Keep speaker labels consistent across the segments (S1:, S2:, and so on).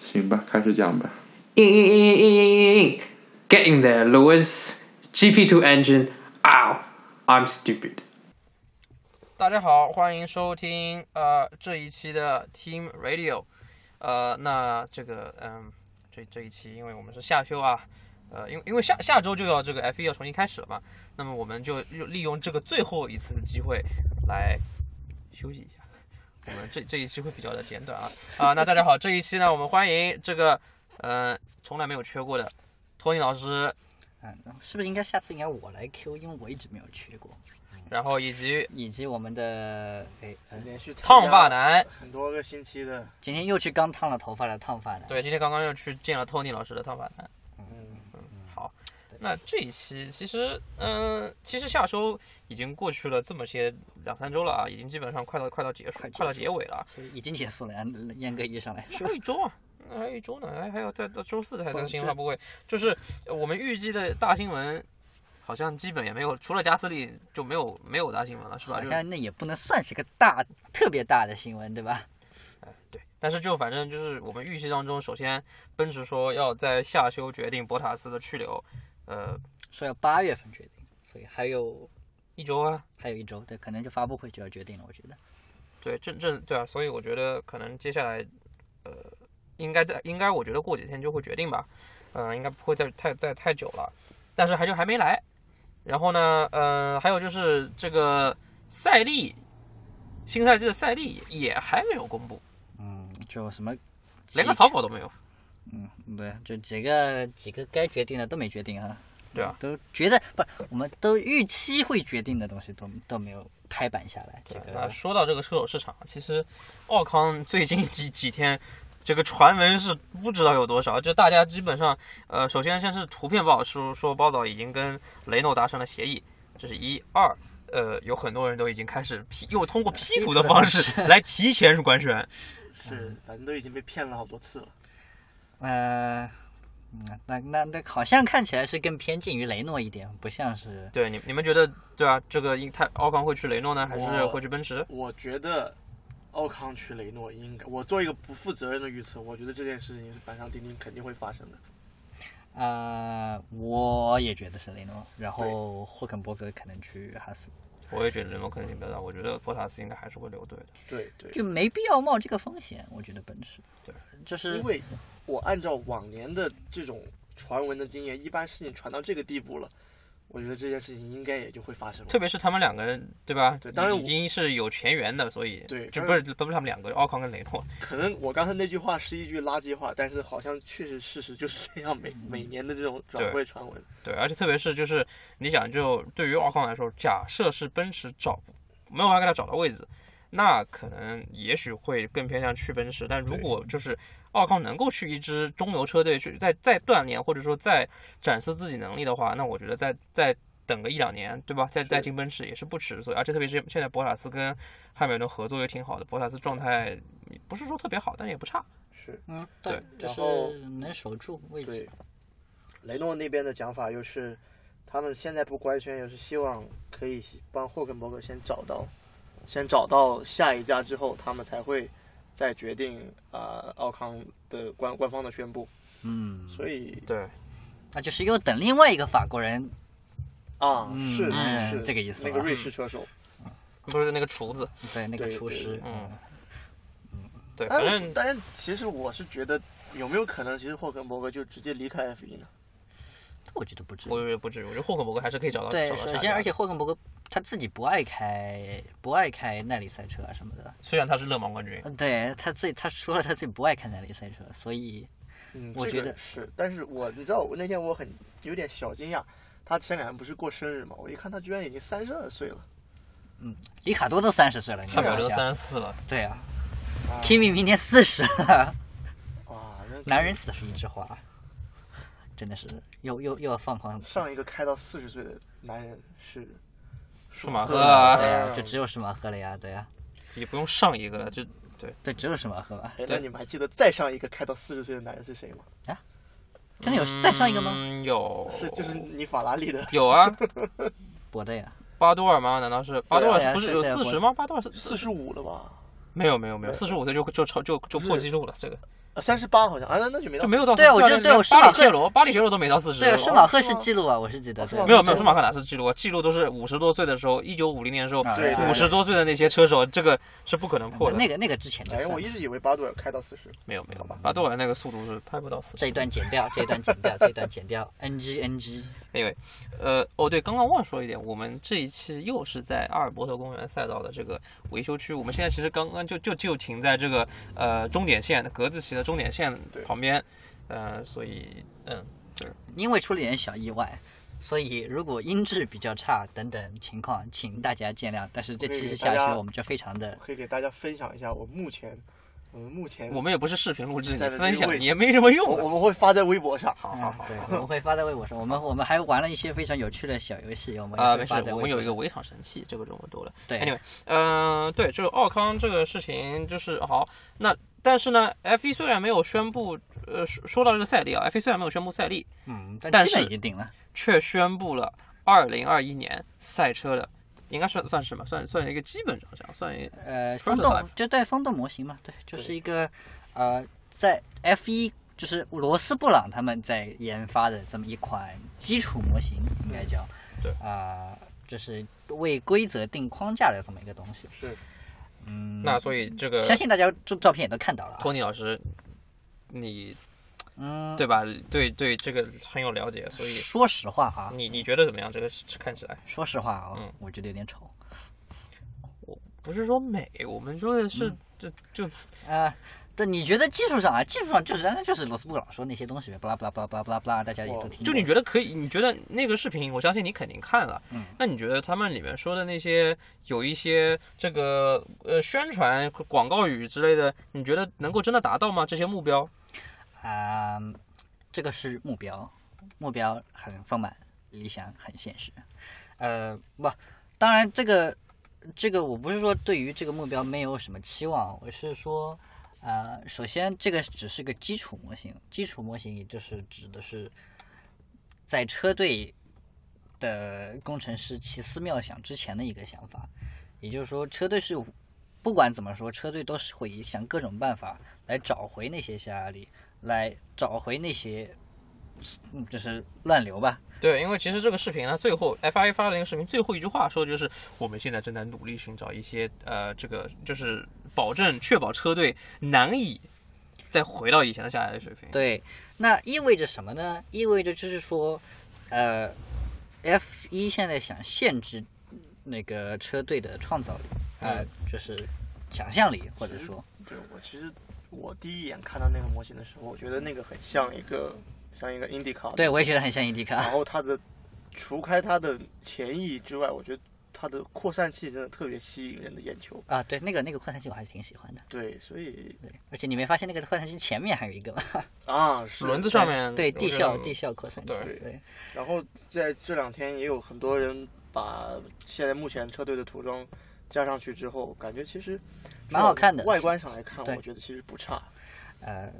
S1: 行吧，开始讲吧。
S2: 硬硬硬硬硬硬硬硬，Get in there, Lewis. GP2 engine. Ow, I'm stupid.
S3: 大家好，欢迎收听呃这一期的 Team Radio，呃，那这个嗯，这这一期因为我们是夏休啊，呃，因为因为下下周就要这个 F 1要重新开始了嘛，那么我们就利利用这个最后一次的机会来休息一下。我们这这一期会比较的简短啊啊、那大家好，这一期呢，我们欢迎这个呃从来没有缺过的托尼老师，
S4: 嗯，是不是应该下次应该我来 Q，因为我一直没有去过，
S3: 然后以及
S4: 以及我们的哎、呃
S5: 连续参
S3: 烫
S5: 加
S3: 发男。
S5: 很多个星期的，
S4: 今天又去刚烫了头发的烫发的，
S3: 对，今天刚刚又去见了托尼老师的烫发男。
S5: 嗯，
S3: 好，那这一期其实，嗯、其实下周已经过去了这么些两三周了啊，已经基本上快到快到结束，
S4: 快结束
S3: 快到结尾 了啊，
S4: 所以已经结束了。按严格意义上来说
S3: 还有，一周啊。还有一周呢，哎还还有在到周四才更新发布会，就是呃我们预计的大新闻，好像基本也没有，除了加斯利就没有没有大新闻了，是吧？
S4: 好
S3: 就
S4: 像那也不能算是个大特别大的新闻，对吧？
S3: 对，但是就反正就是我们预期当中，首先奔驰说要在下修决定博塔斯的去留，呃，
S4: 说要八月份决定，所以还有
S3: 一周啊，
S4: 还有一周，对，可能就发布会就要决定了，我觉得。
S3: 对，正正对啊，所以我觉得可能接下来，呃，应该在应该我觉得过几天就会决定吧，嗯、应该不会再太再太久了，但是还就还没来。然后呢，呃，还有就是这个赛历，新赛季的赛历也还没有公布，
S4: 嗯，就什么
S3: 连个草稿都没有。
S4: 嗯，对，就几个几个该决定的都没决定啊。
S3: 对啊，
S4: 都觉得不，我们都预期会决定的东西都都没有拍板下来。这
S3: 那
S4: 个
S3: 说到这个车手市场，其实奥康 最近几几天。这个传闻是不知道有多少，就大家基本上，呃，首先先是图片报说说报道已经跟雷诺达成了协议，这是一二，呃，有很多人都已经开始 P 又通过 P 图的方式来提前官宣，
S5: 是，
S3: 嗯
S5: 反正都已经被骗了好多次了。
S4: 呃，嗯，那那那好像看起来是更偏近于雷诺一点，不像是
S3: 对你你们觉得对啊？这个英泰奥康会去雷诺呢，还是会去奔驰？
S5: 我觉得奥康去雷诺应该，我做一个不负责任的预测，我觉得这件事情是板上钉钉，肯定会发生的。
S4: 呃，我也觉得是雷诺，然后霍肯伯格可能去哈斯，
S3: 我也觉得雷诺可能性比较大，我觉得博塔斯应该还是会留队的。
S5: 对对，
S4: 就没必要冒这个风险，我觉得奔驰。
S3: 对，
S4: 就是
S5: 因为我按照往年的这种传闻的经验，一般事情传到这个地步了，我觉得这件事情应该也就会发生了。
S3: 特别是他们两个人，对吧？
S5: 对当然
S3: 已经是有前缘的，所以
S5: 对
S3: 就
S5: 当
S3: 不是
S5: 然
S3: 不是他们两个，奥康跟雷诺。
S5: 可能我刚才那句话是一句垃圾话，但是好像确实事实就是这样，每每年的这种转会传闻，
S3: 对，而且特别是就是你想，就对于奥康来说，假设是奔驰找没有办法给他找到位置，那可能也许会更偏向去奔驰。但如果就是奥康能够去一支中游车队去再再锻炼，或者说再展示自己能力的话，那我觉得再再等个一两年，对吧？再再进奔驰也是不迟。所以，而且特别是现在博塔斯跟汉密尔顿合作也挺好的，博塔斯状态不是说特别好，但是也不差。
S5: 是
S4: 嗯，
S3: 对
S4: 就
S5: 然后
S4: 是能守住位置
S5: 对。雷诺那边的讲法又是，他们现在不官宣，也是希望可以帮霍肯伯格先找到，先找到下一家之后，他们才会再决定啊、呃奥康的官官方的宣布。
S4: 嗯，
S5: 所以
S3: 对，
S4: 那就是又等另外一个法国人，
S5: 啊，
S4: 嗯
S5: 是、
S4: 嗯
S5: 是哎
S4: 这个意思
S5: 那个
S4: 吧
S5: 瑞士车手，
S3: 不是那个厨子，
S4: 对那个
S5: 对
S4: 厨
S5: 对
S4: 师，
S3: 嗯，对，
S5: 但
S3: 反
S5: 是
S3: 正
S5: 但是其实我是觉得，有没有可能，其实霍肯伯格就直接离开 F 1呢？
S4: 我觉得不至于
S3: 我。觉得不至于，我觉得霍肯伯格还是可以找到。
S4: 对，
S3: 找到
S4: 首
S3: 下
S4: 先，
S3: 家
S4: 而且霍肯伯格他自己不爱开，不爱开耐力赛车啊什么的。
S3: 虽然他是勒芒冠军，
S4: 嗯，对他自己他说了他自己不爱看耐力赛车，所以
S5: 嗯，
S4: 我
S5: 这
S4: 觉
S5: 个
S4: 得
S5: 是，但是我你知道，我那天我很有点小惊讶，他前两天不是过生日嘛，我一看他居然已经三十二岁了，
S4: 里卡多都三十岁了，你
S3: 汉
S4: 想
S3: 密尔顿
S4: 想，
S3: 三十四了，
S4: 对啊
S5: 啊
S4: ，Kimi 明年四十了，
S5: 啊，那
S4: 男人死是一枝花，真的是又又又要放狂，
S5: 上一个开到四十岁的男人是舒
S3: 马
S5: 赫
S3: 赫啊
S4: 对啊
S5: 嗯，
S4: 就只有施马赫了呀，对啊，
S3: 也不用上一个了，这
S4: 对，只有施马赫吧，
S5: 哎那你们还记得再上一个开到四十岁的男人是谁吗？
S4: 真的有再上一个吗？
S3: 嗯，有
S5: 是就是你法拉利的
S3: 有啊，
S4: 博的呀，
S3: 巴多尔吗？难道是巴多
S4: 对
S3: 尔
S4: 啊
S3: 不是
S4: 是
S3: 有
S4: 对啊
S3: 四十吗？巴多尔是
S5: 四十五了吧？
S3: 没有没有没有，四十五岁就就超就就破纪录了，这个
S5: 三十八好像啊，那那就没到
S3: 就没有到
S4: 对我觉得
S3: 觉
S4: 对我
S3: 巴
S4: 施瓦
S3: 里
S4: 赫
S3: 切罗，巴里切罗都没到四十。哦
S4: 对，
S5: 是
S4: 施
S5: 吗
S4: 瓦赫是记录啊，我是记得
S5: 哦是
S4: 对
S5: 吗
S3: 没有没有，舒马赫哪是记录啊？记录都是五十多岁的时候，一九五零年的时候，
S4: 啊
S5: 对
S3: 五十多岁的那些车手，这个是不可能破的。
S4: 那个那个之前就
S5: 哎，
S4: 算
S5: 我
S4: 了
S5: 一直以为巴杜尔开到四十，
S3: 没有没有，巴杜尔那个速度是拍不到四十。
S4: 这一段剪掉，这一段剪掉，这一段剪掉，NG NG。
S3: Anyway，呃，哦对，刚刚忘说一点，我们这一期又是在阿尔伯特公园赛道的这个维修区，我们现在其实刚刚就就就停在这个呃终点线格子旗的终点线
S5: 对
S3: 旁边，呃，所以嗯，
S4: 因为出了点小意外，所以如果音质比较差等等情况，请大家见谅。但是这期是下
S5: 对大
S4: 去
S5: 家
S4: 我们就非常的
S5: 我可以给大家分享一下我目前，我们目前
S3: 我们也不是视频录制，你
S5: 在的
S3: 分
S5: 那个
S3: 享
S5: 位置
S3: 也没什么
S5: 我
S3: 用
S5: 我
S3: 啊。
S5: 们会发在微博上。
S3: 好好好，
S4: 嗯对，我们会发在微博上。我们我们还玩了一些非常有趣的小游戏，我们
S3: 啊、
S4: 也
S3: 没
S4: 会
S3: 事
S4: 发，在
S3: 我们
S4: 微
S3: 有
S4: 博
S3: 一个
S4: 上。
S3: 围场神器，这个这么多了。
S4: 对
S3: anyway，嗯，对，就是奥康这个事情，就是好那，但是呢，F 1虽然没有宣布，呃，说说到这个赛历啊，F 1虽然没有宣布赛历，
S4: 嗯，
S3: 但
S4: 但基
S3: 是
S4: 本已经定了。
S3: 却宣布了2021年赛车的，应该算算是什么？算算一个基本长相，算一
S4: 呃，
S3: 说
S4: 风
S3: 实话
S4: 洞就对风洞模型嘛，对，就是一个呃，在 F 一就是罗斯布朗他们在研发的这么一款基础模型，应该叫
S3: 对
S4: 啊、就是为规则定框架的这么一个东西。
S5: 是，
S4: 嗯，
S3: 那所以这个
S4: 相信大家这照片也都看到了、啊。
S3: 托尼老师，你
S4: 嗯，
S3: 对吧？对对，这个很有了解，所以
S4: 说实话啊，
S3: 你你觉得怎么样？这个是看起来
S4: 说实话啊、
S3: 嗯
S4: 我觉得有点丑。
S3: 不是说美，我们说的是就就
S4: 啊，对，你觉得技术上啊，技术上就是那就是罗斯布朗说那些东西呗，巴拉巴拉巴拉巴拉巴拉巴拉，大家也都听过。
S3: 就你觉得可以？你觉得那个视频，我相信你肯定看了。嗯，那你觉得他们里面说的那些有一些这个呃宣传广告语之类的，你觉得能够真的达到吗？这些目标？
S4: 啊、这个是目标，目标很丰满，理想很现实。呃，不，当然这个这个我不是说对于这个目标没有什么期望，我是说，呃，首先这个只是个基础模型，基础模型也就是指的是在车队的工程师奇思妙想之前的一个想法，也就是说，车队是不管怎么说，车队都是会想各种办法来找回那些下压力，来找回那些，嗯，就是乱流吧。
S3: 对，因为其实这个视频呢，最后 FIA 发的那个视频最后一句话说的就是，我们现在正在努力寻找一些呃，这个就是保证确保车队难以再回到以前的下来的水平。
S4: 对，那意味着什么呢？意味着就是说，呃，F 一现在想限制那个车队的创造力，呃，
S3: 嗯
S4: 就是想象力，或者说，
S5: 对我其实我第一眼看到那个模型的时候，我觉得那个很像一个像一个 IndyCar。
S4: 对我也觉得很像 IndyCar
S5: 然。后它的除开它的前翼之外，我觉得它的扩散器真的特别吸引人的眼球。
S4: 啊，对，那个那个扩散器我还是挺喜欢的，
S5: 对，所以
S4: 对，而且你没发现那个扩散器前面还有一个吗？
S5: 啊是
S3: 轮子上面
S4: 对
S3: 我
S4: 地
S3: 觉
S4: 效
S3: 得
S4: 地效扩散器，
S3: 对
S4: 对
S5: 然后在这两天也有很多人把现在目前车队的涂装加上去之后，感觉其实
S4: 蛮好看的
S5: 外观上来看，
S4: 对
S5: 我觉得其实不差。
S4: 呃，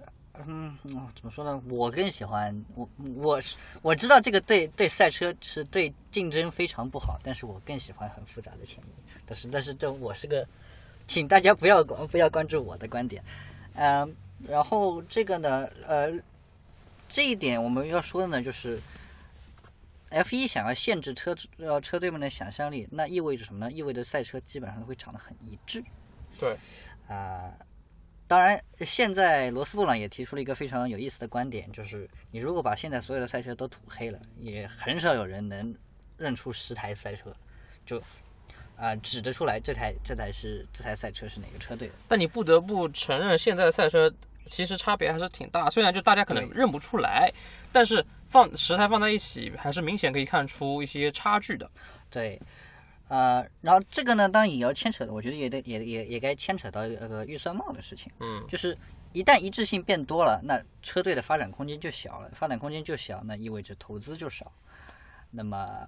S4: 嗯，嗯怎么说呢？我更喜欢我我是我知道这个对对赛车是对竞争非常不好，但是我更喜欢很复杂的前翼。但是但是这我是个，请大家不要关不要关注我的观点，呃，然后这个呢，呃，这一点我们要说的呢就是。F 一想要限制车呃车队们的想象力，那意味着什么呢？意味着赛车基本上都会长得很一致。
S3: 对，
S4: 啊、当然，现在罗斯布朗也提出了一个非常有意思的观点，就是你如果把现在所有的赛车都涂黑了，也很少有人能认出十台赛车，就啊、指得出来这台这台是这台赛车是哪个车队的。
S3: 但你不得不承认，现在的赛车其实差别还是挺大。虽然就大家可能
S4: 对
S3: 认不出来，但是放十台放在一起，还是明显可以看出一些差距的。
S4: 对，呃，然后这个呢，当然也要牵扯，我觉得也得也也也该牵扯到那个预算帽的事情。
S3: 嗯，
S4: 就是一旦一致性变多了，那车队的发展空间就小了，发展空间就小，那意味着投资就少。那么，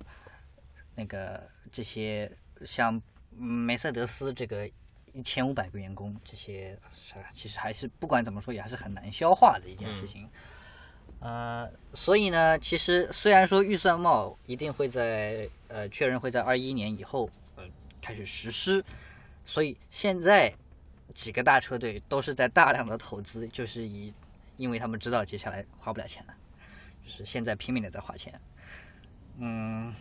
S4: 那个这些像嗯梅赛德斯这个一千五百个员工，这些是其实还是不管怎么说，也还是很难消化的一件事情。呃，所以呢，其实虽然说预算帽一定会在呃确认会在二一年以后呃开始实施，所以现在几个大车队都是在大量的投资，就是以因为他们知道接下来花不了钱了，就是现在拼命的在花钱。嗯，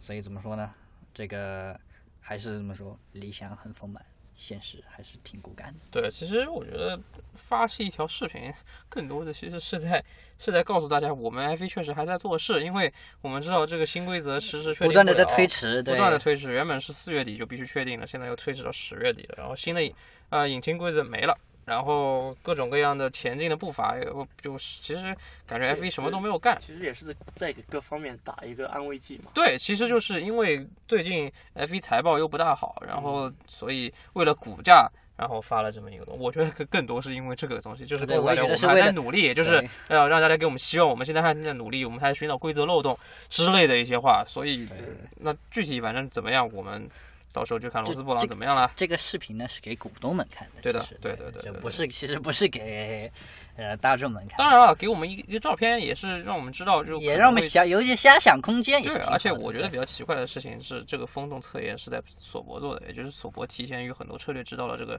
S4: 所以怎么说呢？这个还是怎么说？理想很丰满，现实还是挺骨感的。
S3: 对，其实我觉得发是一条视频，更多的其实是在是在告诉大家，我们 F 1确实还在做事，因为我们知道这个新规则迟迟确定
S4: 不断的
S3: 不
S4: 在
S3: 了
S4: 推，迟，
S3: 不
S4: 对，
S3: 断的推迟，原本是四月底就必须确定了，现在又推迟到十月底了。然后新的呃引擎规则没了，然后各种各样的前进的步伐，又就是其实感觉 F 1什么都没有
S4: 哎
S3: 干。
S5: 其实也是在给各方面打一个安慰剂嘛。
S3: 对，其实就是因为最近 F 1财报又不大好，然
S4: 嗯
S3: 后所以为了股价，然后发了这么一个东西。我觉得更更多是因为这个东西，就是
S4: 对
S3: 告诉
S4: 我
S3: 大家
S4: 也觉
S3: 我
S4: 得
S3: 们
S4: 是
S3: 还
S4: 为
S3: 在
S4: 了
S3: 努力，就
S4: 对
S3: 是要让大家给我们希望，我们现在还在努力，我们还在寻找规则漏洞之类的一些话。所以那具体反正怎么样，我们到时候就看罗
S4: 这
S3: 斯布朗
S4: 这
S3: 怎么样了。
S4: 这个视频呢是给股东们看的，
S3: 对的
S4: 其实
S3: 对对
S4: 对
S3: 对对
S4: 这不
S3: 对
S4: 是其实不是给呃大众们看的。
S3: 当然啊，给我们一个一个照片，也是让我们知道，就
S4: 也
S3: 可能
S4: 让我们
S3: 会
S4: 想有一些遐想空间，也
S3: 对
S4: 是挺，好的。
S3: 而且我觉得比
S4: 对
S3: 较奇怪的事情是，这个风洞测验是在索博做的，也就是索博提前于很多策略知道了这个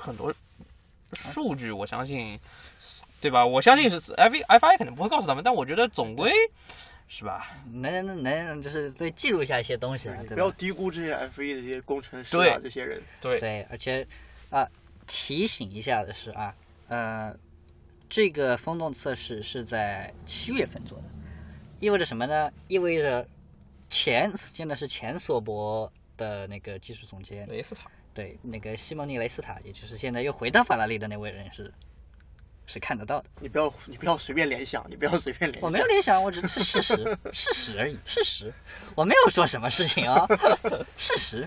S3: 很多数据，我相信，对吧？我相信是 F F I 肯定不会告诉他们，但我觉得总归是吧？
S4: 能能能就是对记录一下一些东西啊，
S5: 你
S4: 对
S5: 不要
S4: 吧？
S5: 低估这些 F 1的这些工程师啊，
S3: 对
S5: 这些人。
S3: 对
S4: 对，而且啊、提醒一下的是啊，呃，这个风洞测试是在七月份做的，意味着什么呢？意味着前现在是前索博的那个技术总监，
S3: 雷斯塔，
S4: 对，那个西蒙尼雷斯塔，也就是现在又回到法拉利的那位人是是看得到的。
S5: 你不要你不要随便联想，你不要随便联想。
S4: 我没有联想，我只是事实，事实而已，事实，我没有说什么事情啊、事实，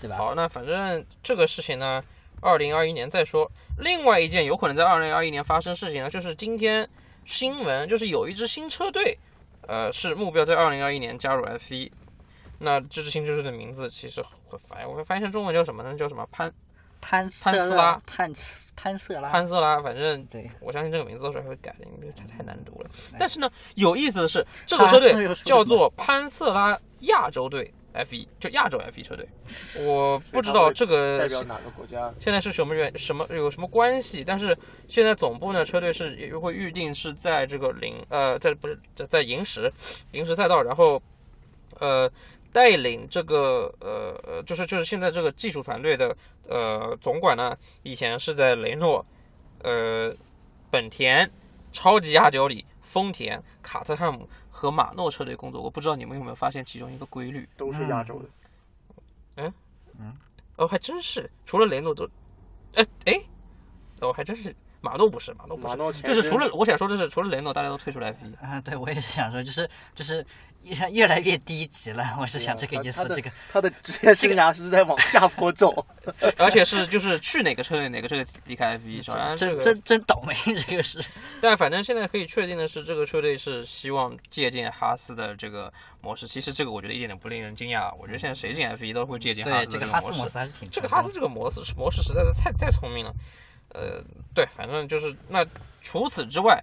S4: 对吧？
S3: 好，那反正这个事情呢，二零二一年再说。另外一件有可能在二零二一年发生事情呢，就是今天新闻，就是有一支新车队，呃，是目标在二零二一年加入 F 一。那这支新车队的名字其实我翻，我翻译成中文叫什么呢？叫什么潘
S4: 潘
S3: 潘
S4: 瑟
S3: 斯
S4: 拉
S3: 拉
S4: 潘斯潘瑟拉，
S3: 潘瑟拉，反正
S4: 对，
S3: 我相信这个名字到时候还会改的，因为这太难读了。但是呢，有意思的是，这个车
S4: 哈斯又
S3: 队
S4: 说什么
S3: 叫做潘瑟拉亚洲队 F 一，就亚洲 F 一车队。我不知道这个
S5: 代表哪个国家？
S3: 现在是什么原什么有什么关系？但是现在总部呢，车队是也会预定是在这个零呃，在不是在在银石银石赛道，然后呃带领这个呃呃就是就是现在这个技术团队的呃总管呢，以前是在雷诺、呃本田、超级亚久里、丰田、卡特汉姆和马诺车队工作过。不知道你们有没有发现其中一个规律？
S5: 都是亚
S4: 嗯
S5: 洲的。
S3: 哦，还真是，除了雷诺都，哎哎，哦，还真是马诺不是，马诺不
S5: 马
S3: 是，
S5: 诺前
S3: 就是
S5: 身
S3: 除了我想说，就是除了雷诺，大家都退出了 F 一。
S4: 啊，对我也是想说，就是就是越越来越低级了，我是
S5: 对啊
S4: 想这个
S5: 他
S4: 意
S5: 他
S4: 思，
S5: 的
S4: 这个
S5: 他的职业生涯是在往下坡走。
S3: 而且是就是去哪个车队哪个车队离开 F 一，反正这
S4: 嗯真
S3: 个，
S4: 真真倒霉，这个是
S3: 但反正现在可以确定的是，这个车队是希望借鉴哈斯的这个模式。其实这个我觉得一点都不令人惊讶，啊我觉得现在谁进 F 一都会借鉴哈
S5: 啊
S4: 对
S3: 斯
S4: 这
S3: 的
S4: 个哈
S3: 模
S4: 斯
S3: 式。
S4: 摩斯还是挺
S3: 这个
S4: 成
S3: 哈
S4: 功
S3: 斯
S4: 的
S3: 这个模式模式实在是太太聪明了，呃，对，反正就是那除此之外，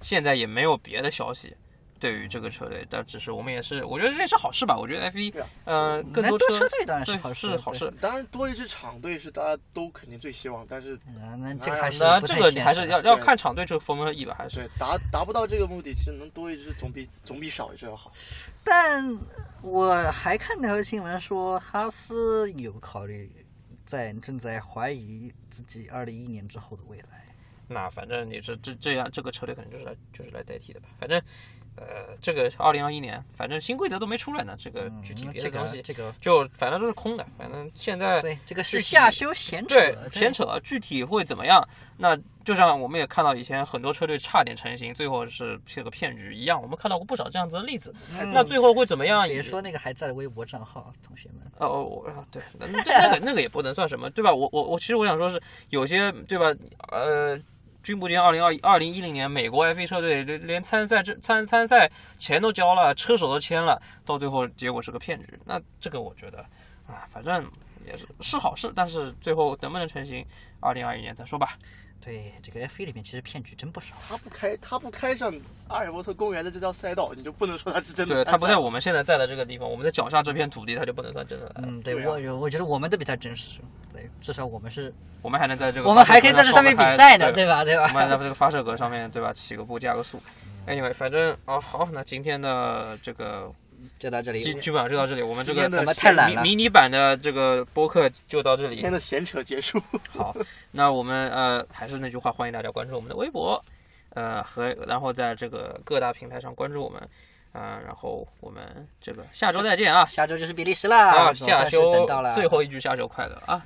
S3: 现在也没有别的消息。对于这个车队，但只是我们也是，我觉得这也是好事吧。我觉得 F 一
S5: 对啊，
S3: 呃，更
S4: 能
S3: 多
S4: 多车队当然是
S3: 对
S4: 好事，
S3: 是好
S4: 对。
S3: 事。
S5: 当然，多一支厂队是大家都肯定最希望，但是
S4: 嗯那这个还是
S3: 那
S4: 不
S3: 这
S4: 太
S3: 个你
S4: 现
S3: 还
S4: 实
S3: 是
S4: 的
S3: 要要
S5: 对
S3: 看场队这个 Formula E 吧，还是
S5: 对达达不到这个目的，其实能多一支总比总比少一支要好。
S4: 但我还看那条新闻说，哈斯有考虑在正在怀疑自己二零一年之后的未来。
S3: 那反正也是这这样，这个车队可能就是来就是来代替的吧。反正，呃，这个二零二一年，反正新规则都没出来呢，这个具体
S4: 嗯
S3: 别的
S4: 这个
S3: 东西
S4: 这个
S3: 就反正都是空的。反正现在
S4: 对这个
S3: 具
S4: 是
S3: 体
S4: 下修闲扯，
S3: 对，
S4: 对
S3: 闲扯，具体会怎么样？那就像我们也看到以前很多车队差点成型，最后是这个骗局一样，我们看到过不少这样子的例子。那最后会怎么样？
S4: 别说那个还在微博账号，同学们，
S3: 哦，我啊对，那那这那个那个也不能算什么，对吧？我我我其实我想说是有些对吧？呃，君不见二零二二零一零年美国 F 1车队连连参赛这参参赛钱都交了，车手都签了，到最后结果是个骗局。那这个我觉得啊，反正也是是好事，但是最后能不能成型，二零二一年再说吧。
S4: 对，这个 F E 1里面其实骗局真不少。
S5: 他不开他不开上阿尔伯特公园的这条赛道，你就不能说他是真的
S3: 对，
S5: 参赛。
S3: 它不在我们现在在的这个地方，我们的脚下这片土地，它就不能算真的来了。
S4: 嗯，对
S5: 对啊
S4: 我我觉得我们都比他真实，对，至少我们是，
S3: 我们还能在这个，
S4: 我们还可以在这上面比赛呢，
S3: 对
S4: 对吧？对
S3: 我们还在
S4: 吧？
S3: 这个发射格上面，对吧？起个步，加个速。Anyway，反正啊、好，那今天的这个
S4: 就到这里，
S3: 基基本上就到这里，我们这
S5: 今天的
S3: 个
S4: 我们太懒
S3: 迷
S4: 了。
S3: 迷你版的这个播客就到这
S5: 今
S3: 里
S5: 天。的闲扯结束。
S3: 好，那我们呃还是那句话，欢迎大家关注我们的微博，呃和然后在这个各大平台上关注我们，啊、然后我们这个下周再见啊！
S4: 下周就是比利时啦，
S3: 啊，下
S4: 周
S3: 周
S4: 等到了，
S3: 最后一句下周快乐啊！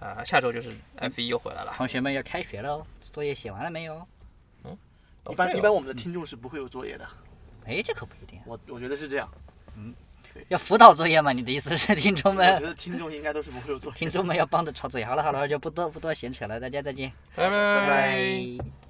S3: 啊、下周就是 F 一又回来了。
S4: 同学们要开学喽，作业写完了没有？
S5: 一
S3: 哦
S5: 般
S3: 对
S5: 一
S3: 哦
S5: 般我们的听众是不会有作业的，
S4: 哎，这可不一定啊，
S5: 我我觉得是这样。
S4: 要辅导作业嘛？你的意思是听众
S3: 嗯哎
S5: 我觉
S4: 们，
S5: 得听众应该都是不会有作业的。
S4: 听众们要帮着抄作业。好了好了，就不多不多闲扯了，大家再见，
S3: 拜拜
S4: 拜拜